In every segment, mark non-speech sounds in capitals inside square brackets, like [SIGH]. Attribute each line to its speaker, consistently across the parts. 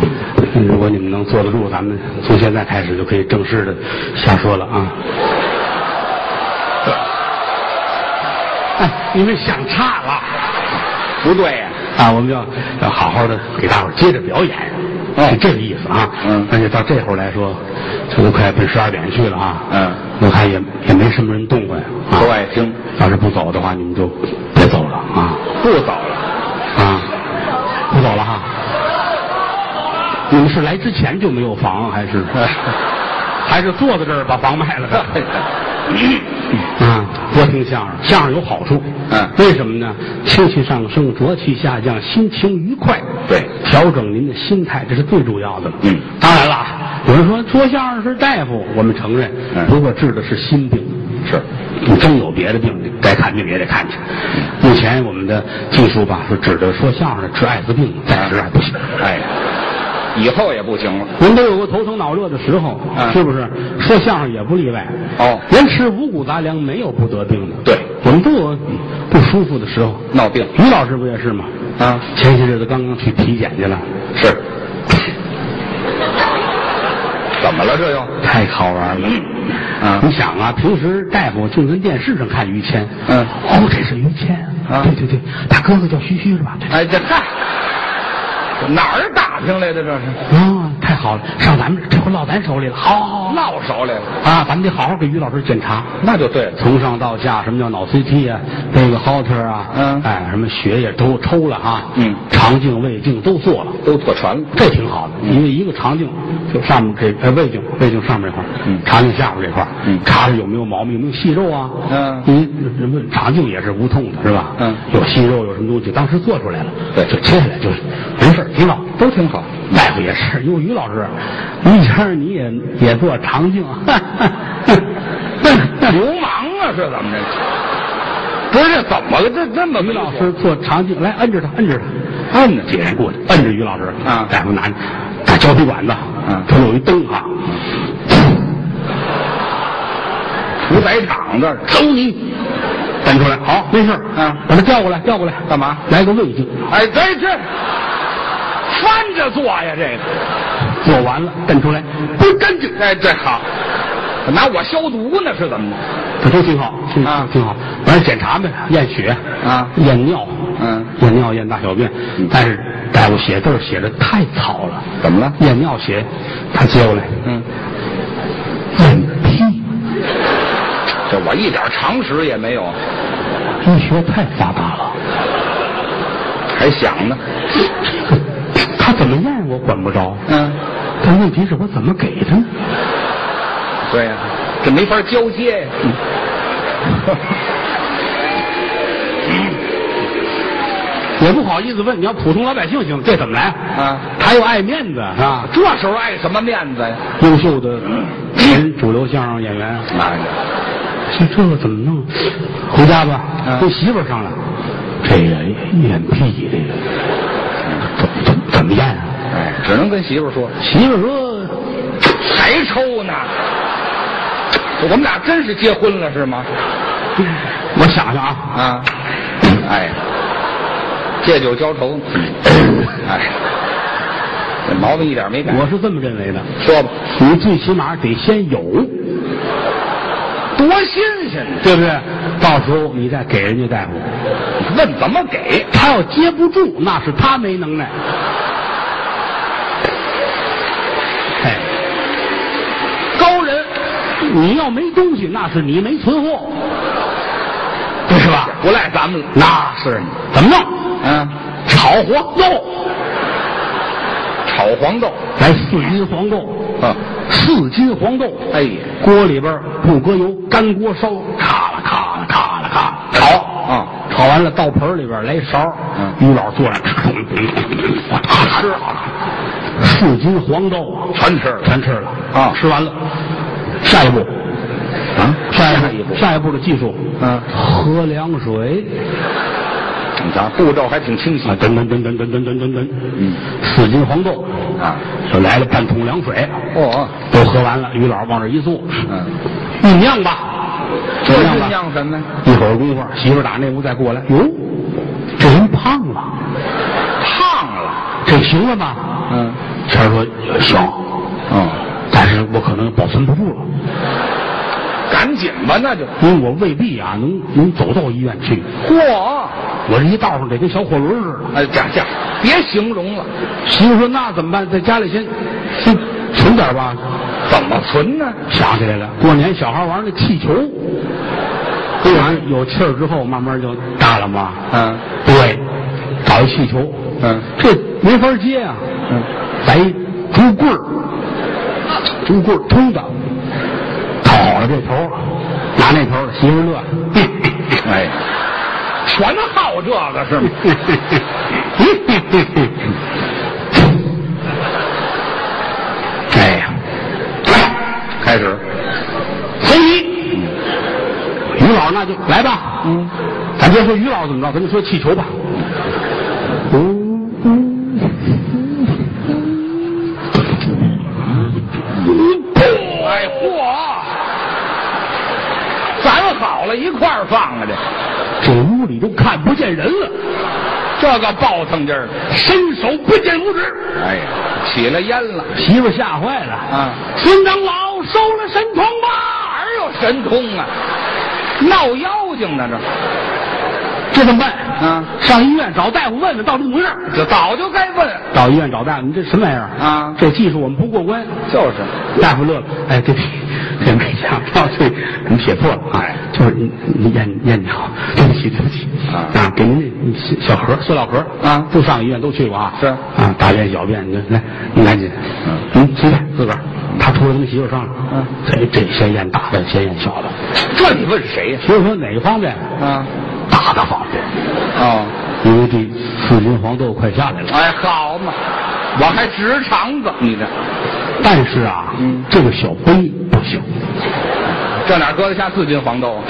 Speaker 1: 嗯如果你们能坐得住，咱们从现在开始就可以正式的瞎说了啊。哎，你们想差了，不对呀、啊！我们要要好好的给大伙儿接着表演，
Speaker 2: 哦
Speaker 1: 是这个意思啊。
Speaker 2: 嗯
Speaker 1: 而且到这会儿来说，这都快奔十二点去了啊。
Speaker 2: 嗯，
Speaker 1: 我看也也没什么人动弹啊。
Speaker 2: 都爱听，
Speaker 1: 要是不走的话，你们就别走了啊
Speaker 2: 不早了，
Speaker 1: 啊！不走了哈、你们是来之前就没有房，还
Speaker 2: [LAUGHS]
Speaker 1: 是、还是坐在这儿把房卖了的？啊，多听相声，相声有好处。
Speaker 2: 嗯
Speaker 1: 为什么呢？清气上升，浊气下降，心情愉快。
Speaker 2: 对
Speaker 1: 调整您的心态，这是最主要的了。
Speaker 2: 嗯
Speaker 1: 当然了，有人说说相声是大夫，我们承认，
Speaker 2: 嗯
Speaker 1: 不过治的是心病。
Speaker 2: 是
Speaker 1: 你真有别的病，你该看病也得看去。目前我们的技术吧，是指着说相声的治艾滋病，暂时还不行。
Speaker 2: 哎，以后也不行了，
Speaker 1: 人都有个头疼脑热的时候，
Speaker 2: 嗯
Speaker 1: 是不是？说相声也不例外。
Speaker 2: 哦
Speaker 1: 人吃五谷杂粮，没有不得病的。
Speaker 2: 对
Speaker 1: 我们都有不舒服的时候。
Speaker 2: 闹病
Speaker 1: 于老师不也是吗？
Speaker 2: 啊，
Speaker 1: 前些日子刚刚去体检去了，
Speaker 2: 是， [LAUGHS] 怎么了这又？
Speaker 1: 太好玩了。
Speaker 2: 嗯
Speaker 1: 你想啊，平时大夫净跟电视上看于谦。
Speaker 2: 嗯
Speaker 1: 哦，这是于谦。
Speaker 2: 啊
Speaker 1: 对对对，他哥哥叫徐虚是吧？对。
Speaker 2: 哎，这嗨，哪儿打听来的这是？
Speaker 1: 啊，太好了，上咱们这这回落咱手里了。好好好。
Speaker 2: 闹手来了，
Speaker 1: 啊，咱们得好好给于老师检查。
Speaker 2: 那就对了，
Speaker 1: 从上到下，什么叫脑 CT 啊，那个 Holter 啊，
Speaker 2: 嗯
Speaker 1: 哎，什么血液都抽了啊，
Speaker 2: 嗯
Speaker 1: 肠镜、胃镜都做了，
Speaker 2: 都坐船了，
Speaker 1: 这挺好的，
Speaker 2: 嗯
Speaker 1: 因为一个肠镜就上面这，呃，胃镜，胃镜上面这块儿，
Speaker 2: 嗯
Speaker 1: 肠镜下边这块儿，
Speaker 2: 嗯
Speaker 1: 查查有没有毛病，有没有息肉啊，
Speaker 2: 嗯
Speaker 1: 因为什么肠镜也是无痛的，是吧？
Speaker 2: 嗯
Speaker 1: 有息肉有什么东西，当时做出来了，
Speaker 2: 对
Speaker 1: 就切下来就没事儿，挺好。
Speaker 2: 都挺好。
Speaker 1: [LAUGHS] 大夫也是，因为于老师，于谦儿你也也做肠镜，啊
Speaker 2: 流氓啊，是怎么着？不是这怎么了？这这
Speaker 1: [LAUGHS]
Speaker 2: 么
Speaker 1: 于
Speaker 2: 没
Speaker 1: 老师做肠镜，来摁着他，摁着他，摁着几个人过去，摁着于老师。
Speaker 2: 啊
Speaker 1: 大夫拿大胶皮管子，
Speaker 2: 嗯
Speaker 1: 这有一灯啊，
Speaker 2: 屠宰场这儿
Speaker 1: 揍你，摁出来，好，没事儿
Speaker 2: 嗯
Speaker 1: 把他调过来，调过来，
Speaker 2: 干嘛？
Speaker 1: 来个胃镜，
Speaker 2: 哎，这这翻着做呀，这个
Speaker 1: 做完了，摁出来，
Speaker 2: 不干净。哎，这好，拿我消毒呢，是怎么着？
Speaker 1: 这都挺好，挺
Speaker 2: 啊
Speaker 1: 挺好。完了检查呗，验血
Speaker 2: 啊
Speaker 1: 验尿，
Speaker 2: 嗯
Speaker 1: 验尿验大小便
Speaker 2: 嗯，
Speaker 1: 但是大夫写字儿写的太草了，
Speaker 2: 怎么了
Speaker 1: 验尿血，他接过来，
Speaker 2: 嗯，
Speaker 1: 验屁。
Speaker 2: 这我一点常识也没有，
Speaker 1: 医学太发达了， [LAUGHS]
Speaker 2: 还想呢。
Speaker 1: 他怎么验我管不着，
Speaker 2: 嗯，
Speaker 1: 但问题是我怎么给他呢？
Speaker 2: 对呀、这没法交接呀。
Speaker 1: 也不好意思问，你要普通老百姓行，这怎么来？
Speaker 2: 啊
Speaker 1: 他又爱面子是吧？
Speaker 2: 这时候碍什么面子呀？
Speaker 1: 优秀的前主流相声演员，
Speaker 2: 哎
Speaker 1: 这这怎么弄？回家吧，
Speaker 2: 嗯
Speaker 1: 跟媳妇儿商量。这个验屁，这个怎么怎么怎么验啊？
Speaker 2: 哎，只能跟媳妇儿说，
Speaker 1: 媳妇儿说
Speaker 2: 还抽呢。我们俩真是结婚了是吗？：“
Speaker 1: 我想想啊，
Speaker 2: 啊，哎，借酒浇愁，哎，这毛病一点没改。
Speaker 1: 我是这么认为的。
Speaker 2: 说吧，
Speaker 1: 你最起码得先有，
Speaker 2: 多新鲜呢！
Speaker 1: 对不对？到时候你再给人家大夫，
Speaker 2: 问怎么给？
Speaker 1: 他要接不住，那是他没能耐。哎，高人，你要没东西，那是你没存货，对吧？
Speaker 2: 不赖咱们了。
Speaker 1: 那是怎么弄？
Speaker 2: 嗯，
Speaker 1: 炒黄豆，
Speaker 2: 炒黄豆。
Speaker 1: 来四斤黄豆，
Speaker 2: 啊，
Speaker 1: 四斤黄豆，
Speaker 2: 哎呀，
Speaker 1: 锅里边不搁油，干锅烧，咔啦咔啦咔啦咔啦炒
Speaker 2: 啊
Speaker 1: 炒完了到盆里边来一勺，
Speaker 2: 嗯
Speaker 1: 于老坐那吃，四斤黄豆
Speaker 2: 全吃了
Speaker 1: 全吃了
Speaker 2: 啊
Speaker 1: 吃完了，下一步
Speaker 2: 啊
Speaker 1: 下
Speaker 2: 下
Speaker 1: 一
Speaker 2: 一
Speaker 1: 步
Speaker 2: 步
Speaker 1: 下一步的技术，
Speaker 2: 嗯
Speaker 1: 喝凉水
Speaker 2: 你瞧，步骤还挺清晰
Speaker 1: 啊，噔噔噔噔噔噔噔噔噔，
Speaker 2: 嗯，
Speaker 1: 四斤黄豆
Speaker 2: 啊，
Speaker 1: 就来了半桶凉水，
Speaker 2: 哦，
Speaker 1: 都喝完了，于老往这一坐，
Speaker 2: 嗯，
Speaker 1: 酝酿吧，
Speaker 2: 这
Speaker 1: 酝酿
Speaker 2: 酝
Speaker 1: 吧。
Speaker 2: 酿什么呀？
Speaker 1: 一会儿功夫，媳妇儿打那屋再过来，哟，这人胖了，啊
Speaker 2: 胖了。
Speaker 1: 这行了吧？
Speaker 2: 嗯，
Speaker 1: 谦儿说呃行，
Speaker 2: 嗯，
Speaker 1: 但是我可能保存不住了，
Speaker 2: 赶紧吧，那就
Speaker 1: 因为我未必啊能能走到医院去，
Speaker 2: 嚯！
Speaker 1: 我这一道上得跟小火轮似的。
Speaker 2: 哎，这这别形容了，
Speaker 1: 媳妇说那怎么办？在家里先先存点吧。
Speaker 2: 怎么存呢？
Speaker 1: 想起来了，过年小孩玩那气球，这玩意儿有气儿之后，慢慢就大了嘛。
Speaker 2: 嗯
Speaker 1: 对，找一气球，
Speaker 2: 嗯
Speaker 1: 这没法接啊，
Speaker 2: 嗯，
Speaker 1: 来一竹棍儿，竹棍儿通的，套好了这头儿，拿那头儿，媳妇儿乐， [LAUGHS]
Speaker 2: 哎，全好这个是吗？
Speaker 1: [LAUGHS] 哎呀，
Speaker 2: 哎
Speaker 1: 来。
Speaker 2: 开始，
Speaker 1: 随你。于老那就来吧，
Speaker 2: 嗯，
Speaker 1: 咱别说于老怎么着，咱就说气球吧。
Speaker 2: [LAUGHS] 哎嚯，咱好了一块儿放啊这，
Speaker 1: 这屋里都看不见人了，
Speaker 2: 这个暴腾劲儿，
Speaker 1: 伸手不见五指。
Speaker 2: 哎呀，起了烟了，
Speaker 1: 媳妇吓坏了
Speaker 2: 啊！
Speaker 1: 孙长老收了神童吧，哎
Speaker 2: 哪儿有神通啊？闹妖精呢这，
Speaker 1: 这怎么办？
Speaker 2: 啊
Speaker 1: 上医院找大夫问问到底怎么回事。
Speaker 2: 这早就该问，
Speaker 1: 到医院找大夫，你这什么玩意儿
Speaker 2: 啊
Speaker 1: 这技术我们不过关。
Speaker 2: 就是，
Speaker 1: 大夫乐了，哎，对不起，这没想到，对，您写错了啊
Speaker 2: 哎，
Speaker 1: 就是您您验验你好，对不起，对不起
Speaker 2: 啊
Speaker 1: 给您那小小盒塑料盒
Speaker 2: 啊
Speaker 1: 都上医院都去过啊，
Speaker 2: 是
Speaker 1: 啊，大便小便，您来，您赶紧，
Speaker 2: 嗯
Speaker 1: 您随便自个儿，嗯他出来跟媳妇商量，
Speaker 2: 嗯
Speaker 1: 这这先验大的，先验小的，
Speaker 2: 这你问谁呀、
Speaker 1: 媳妇说哪个方便？
Speaker 2: 啊？
Speaker 1: 大的方便，
Speaker 2: 哦，
Speaker 1: 因为这四斤黄豆快下来了，
Speaker 2: 哎，好嘛，我还直肠子，你这
Speaker 1: 但是啊
Speaker 2: 嗯，
Speaker 1: 这个小杯不行，
Speaker 2: 这哪搁得下四斤黄豆啊？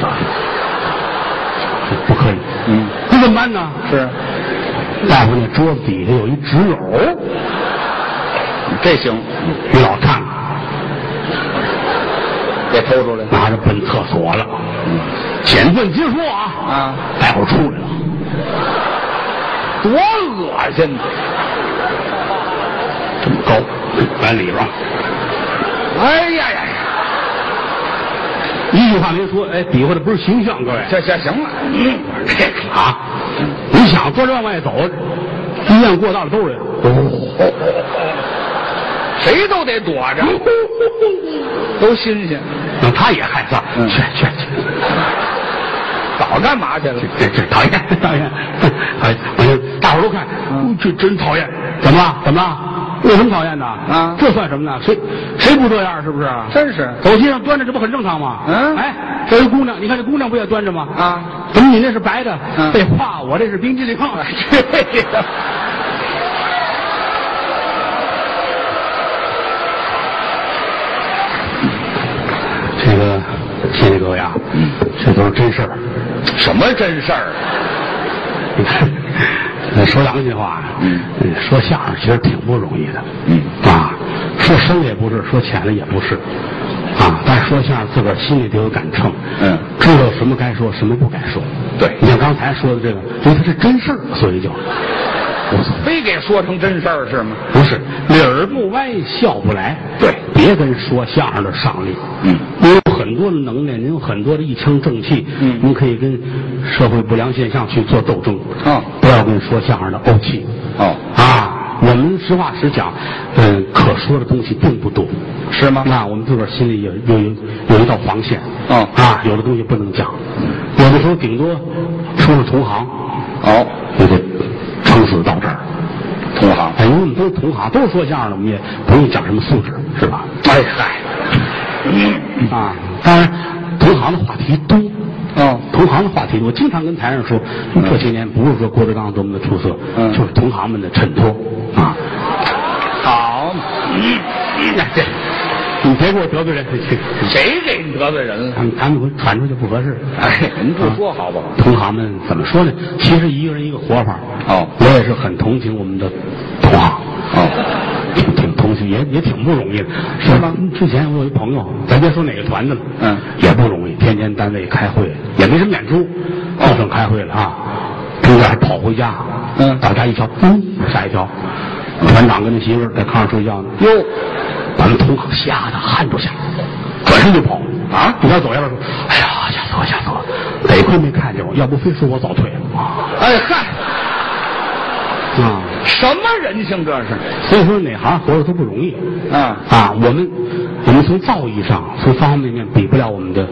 Speaker 1: 这不可以，
Speaker 2: 嗯，
Speaker 1: 那怎么办呢？
Speaker 2: 是，
Speaker 1: 大夫那桌子底下有一纸篓，
Speaker 2: 这行，
Speaker 1: 你老看看，
Speaker 2: 给偷出来
Speaker 1: 拿着奔厕所了。简问直说啊，
Speaker 2: 嗯啊，
Speaker 1: 大夫出来了，
Speaker 2: 多恶心呐！
Speaker 1: 这么高，来里边儿，
Speaker 2: 哎呀呀呀，
Speaker 1: 一句话没说，哎，比划的不是形象，各位
Speaker 2: 这这行了，
Speaker 1: 啊，你想多往外走，医院过道里都是人，
Speaker 2: 谁都得躲 [LAUGHS] 着，都新鲜，
Speaker 1: 那他也害臊，
Speaker 2: 嗯
Speaker 1: 去去去，
Speaker 2: 早干嘛去了？
Speaker 1: 这这讨厌讨厌，哎，我就大伙儿都看，
Speaker 2: 嗯
Speaker 1: 这真讨厌，怎么了怎么了？为什么讨厌呢？
Speaker 2: 啊
Speaker 1: 这算什么呢？谁谁不这样？是不是？
Speaker 2: 真是
Speaker 1: 走街上端着，这不很正常吗？
Speaker 2: 嗯
Speaker 1: 哎，这一姑娘，你看这姑娘不也端着吗？，
Speaker 2: 啊，
Speaker 1: 怎么你那是白的？
Speaker 2: 嗯
Speaker 1: 废话，我这是冰
Speaker 2: [LAUGHS]
Speaker 1: 激凌。
Speaker 2: 这个
Speaker 1: 这个，谢谢各位啊，这都是真事儿。
Speaker 2: 什么真事儿？啊
Speaker 1: 你看，呃 [LAUGHS] 说良心话，
Speaker 2: 嗯
Speaker 1: 呃说相声其实挺不容易的，
Speaker 2: 嗯
Speaker 1: 啊，说深了也不是，说浅了也不是，啊，但是说相声自个儿心里得有杆秤，
Speaker 2: 嗯
Speaker 1: 知道什么该说，什么不该说。
Speaker 2: 对
Speaker 1: 你像刚才说的这个，因为它是真事儿，所以就无所谓。
Speaker 2: 非给说成真事儿是吗？
Speaker 1: 不是理儿不歪，笑不来。
Speaker 2: 对
Speaker 1: 别跟说相声的上力。
Speaker 2: 嗯
Speaker 1: 您有很多的能耐，您有很多的一腔正气。
Speaker 2: 嗯
Speaker 1: 您可以跟社会不良现象去做斗争。
Speaker 2: 哦
Speaker 1: 不要跟说相声的怄气。
Speaker 2: 哦，
Speaker 1: 啊，我们实话实讲，嗯，可说的东西并不多。
Speaker 2: 是吗？
Speaker 1: 那我们自个儿心里有有有有一道防线。
Speaker 2: 哦
Speaker 1: 啊，有的东西不能讲，有的时候顶多说说同行，
Speaker 2: 哦，
Speaker 1: 也就撑死到这儿。
Speaker 2: 同行。
Speaker 1: 哎，因为我们都是同行，都是说相声的，我们也不用讲什么素质，是吧？
Speaker 2: 哎嗯嗨，
Speaker 1: 啊，当然，同行的话题多，
Speaker 2: 哦，
Speaker 1: 同行的话题多。我经常跟台上说，这些年不是说郭德纲多么的出色，
Speaker 2: 嗯
Speaker 1: 就是同行们的衬托啊。
Speaker 2: 好嗯嘛，
Speaker 1: 哎这 [LAUGHS] 你别给我得罪人，这
Speaker 2: 谁给你得罪人了？
Speaker 1: 咱们咱们会传出去不合适。啊
Speaker 2: 哎，您不说好不好？
Speaker 1: 同行们怎么说呢？其实一个人一个活法。
Speaker 2: 哦
Speaker 1: 我也是很同情我们的同行。
Speaker 2: 哦，
Speaker 1: 挺挺同情，也也挺不容易的，是吧？之前我有一朋友，咱别说哪个团的了，
Speaker 2: 嗯
Speaker 1: 也不容易，天天单位开会，也没什么演出，
Speaker 2: 哦
Speaker 1: 到省开会了啊，中间还跑回家，
Speaker 2: 嗯
Speaker 1: 到家一瞧，嗯，吓一跳，团长跟他媳妇儿在炕上睡觉呢，
Speaker 2: 哟，
Speaker 1: 把那同行吓得汗都下来了，转身就跑
Speaker 2: 啊
Speaker 1: 你看左边说：“哎呀，吓死我，吓死我！得亏没看见我，要不非说我早退了
Speaker 2: 哎嗨，
Speaker 1: 啊！”
Speaker 2: 什么人性这是？
Speaker 1: 所以说哪行活着都不容易
Speaker 2: 啊，
Speaker 1: 啊！我们我们从造诣上，从方方面面比不了我们的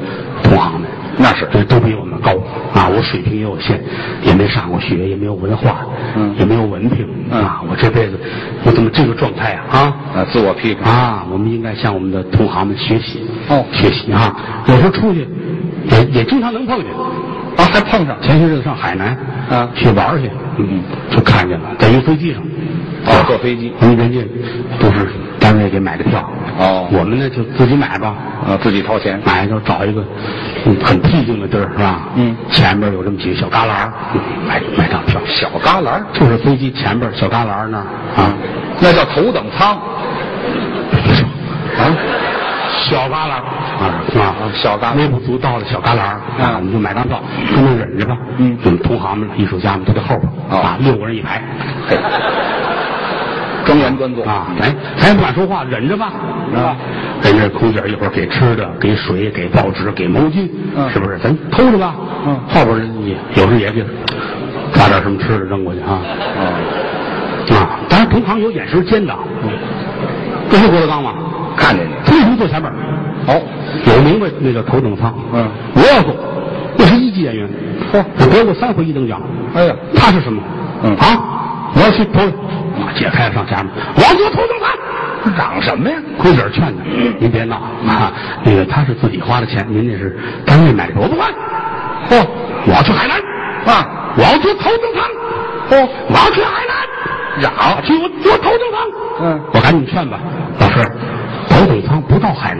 Speaker 1: 同行们。
Speaker 2: 那是
Speaker 1: 这都比我们高啊！我水平也有限，也没上过学，也没有文化，
Speaker 2: 嗯
Speaker 1: 也没有文凭、
Speaker 2: 嗯
Speaker 1: 啊！我这辈子我怎么这个状态啊？啊
Speaker 2: 啊，自我批评。
Speaker 1: 啊，我们应该向我们的同行们学习，
Speaker 2: 哦
Speaker 1: 学习啊！有时候出去也也经常能碰见。
Speaker 2: 啊，还碰上
Speaker 1: 前些日子上海南
Speaker 2: 啊
Speaker 1: 去玩儿去，嗯，就看见了，在一飞机上。
Speaker 2: 哦坐飞机
Speaker 1: 因为人家都是单位给买的票，
Speaker 2: 哦
Speaker 1: 我们呢就自己买吧，
Speaker 2: 啊，自己掏钱。
Speaker 1: 买就找一个嗯很僻静的地儿，是吧？
Speaker 2: 嗯
Speaker 1: 前面有这么几个小旮旯儿，嗯买买张票，
Speaker 2: 小旮旯，
Speaker 1: 就是飞机前边小旮旯儿那儿啊，
Speaker 2: 那叫头等舱啊，
Speaker 1: 小旮旯儿啊啊，
Speaker 2: 小旮旯
Speaker 1: 微不足道的小旮旯儿啊，
Speaker 2: 嗯
Speaker 1: 我们就买张票，跟那忍着吧。
Speaker 2: 嗯
Speaker 1: 我们同行们、艺术家们都在后边
Speaker 2: 哦
Speaker 1: 啊，六个人一排
Speaker 2: 嘿，庄严端坐
Speaker 1: 啊，哎，咱也不敢说话，忍着吧，
Speaker 2: 嗯
Speaker 1: 是吧？忍着空姐一会儿给吃的，给水，给报纸，给毛巾，
Speaker 2: 嗯
Speaker 1: 是不是？咱偷着吧。
Speaker 2: 嗯
Speaker 1: 后边人也有时候也给抓点什么吃的扔过去啊
Speaker 2: 啊，
Speaker 1: 啊！当然，同行有眼神尖的，啊
Speaker 2: 嗯
Speaker 1: 这是郭德纲吗？
Speaker 2: 哦看见你
Speaker 1: 他为什么坐前面？
Speaker 2: 哦，
Speaker 1: 有名白那叫头等舱。
Speaker 2: 嗯，
Speaker 1: 我要做，我是一级演员，
Speaker 2: 嚯
Speaker 1: 我得过三回一等奖。
Speaker 2: 哎呀，
Speaker 1: 他是什么？
Speaker 2: 哦嗯
Speaker 1: 啊，我要去头，妈解开了上前面，我要做头等舱。
Speaker 2: 嚷什么呀？
Speaker 1: 空姐儿劝他：“您别闹啊，那个他是自己花的钱，您那是单位买的，我不管。
Speaker 2: 嚯
Speaker 1: 我要去海南，
Speaker 2: 啊，
Speaker 1: 我要坐头等舱，哦
Speaker 2: 嚯，
Speaker 1: 我要去海南，啊嚷去我坐头等舱。
Speaker 2: 嗯，
Speaker 1: 我赶紧劝吧，老师，头等舱不到海南，
Speaker 2: 嗯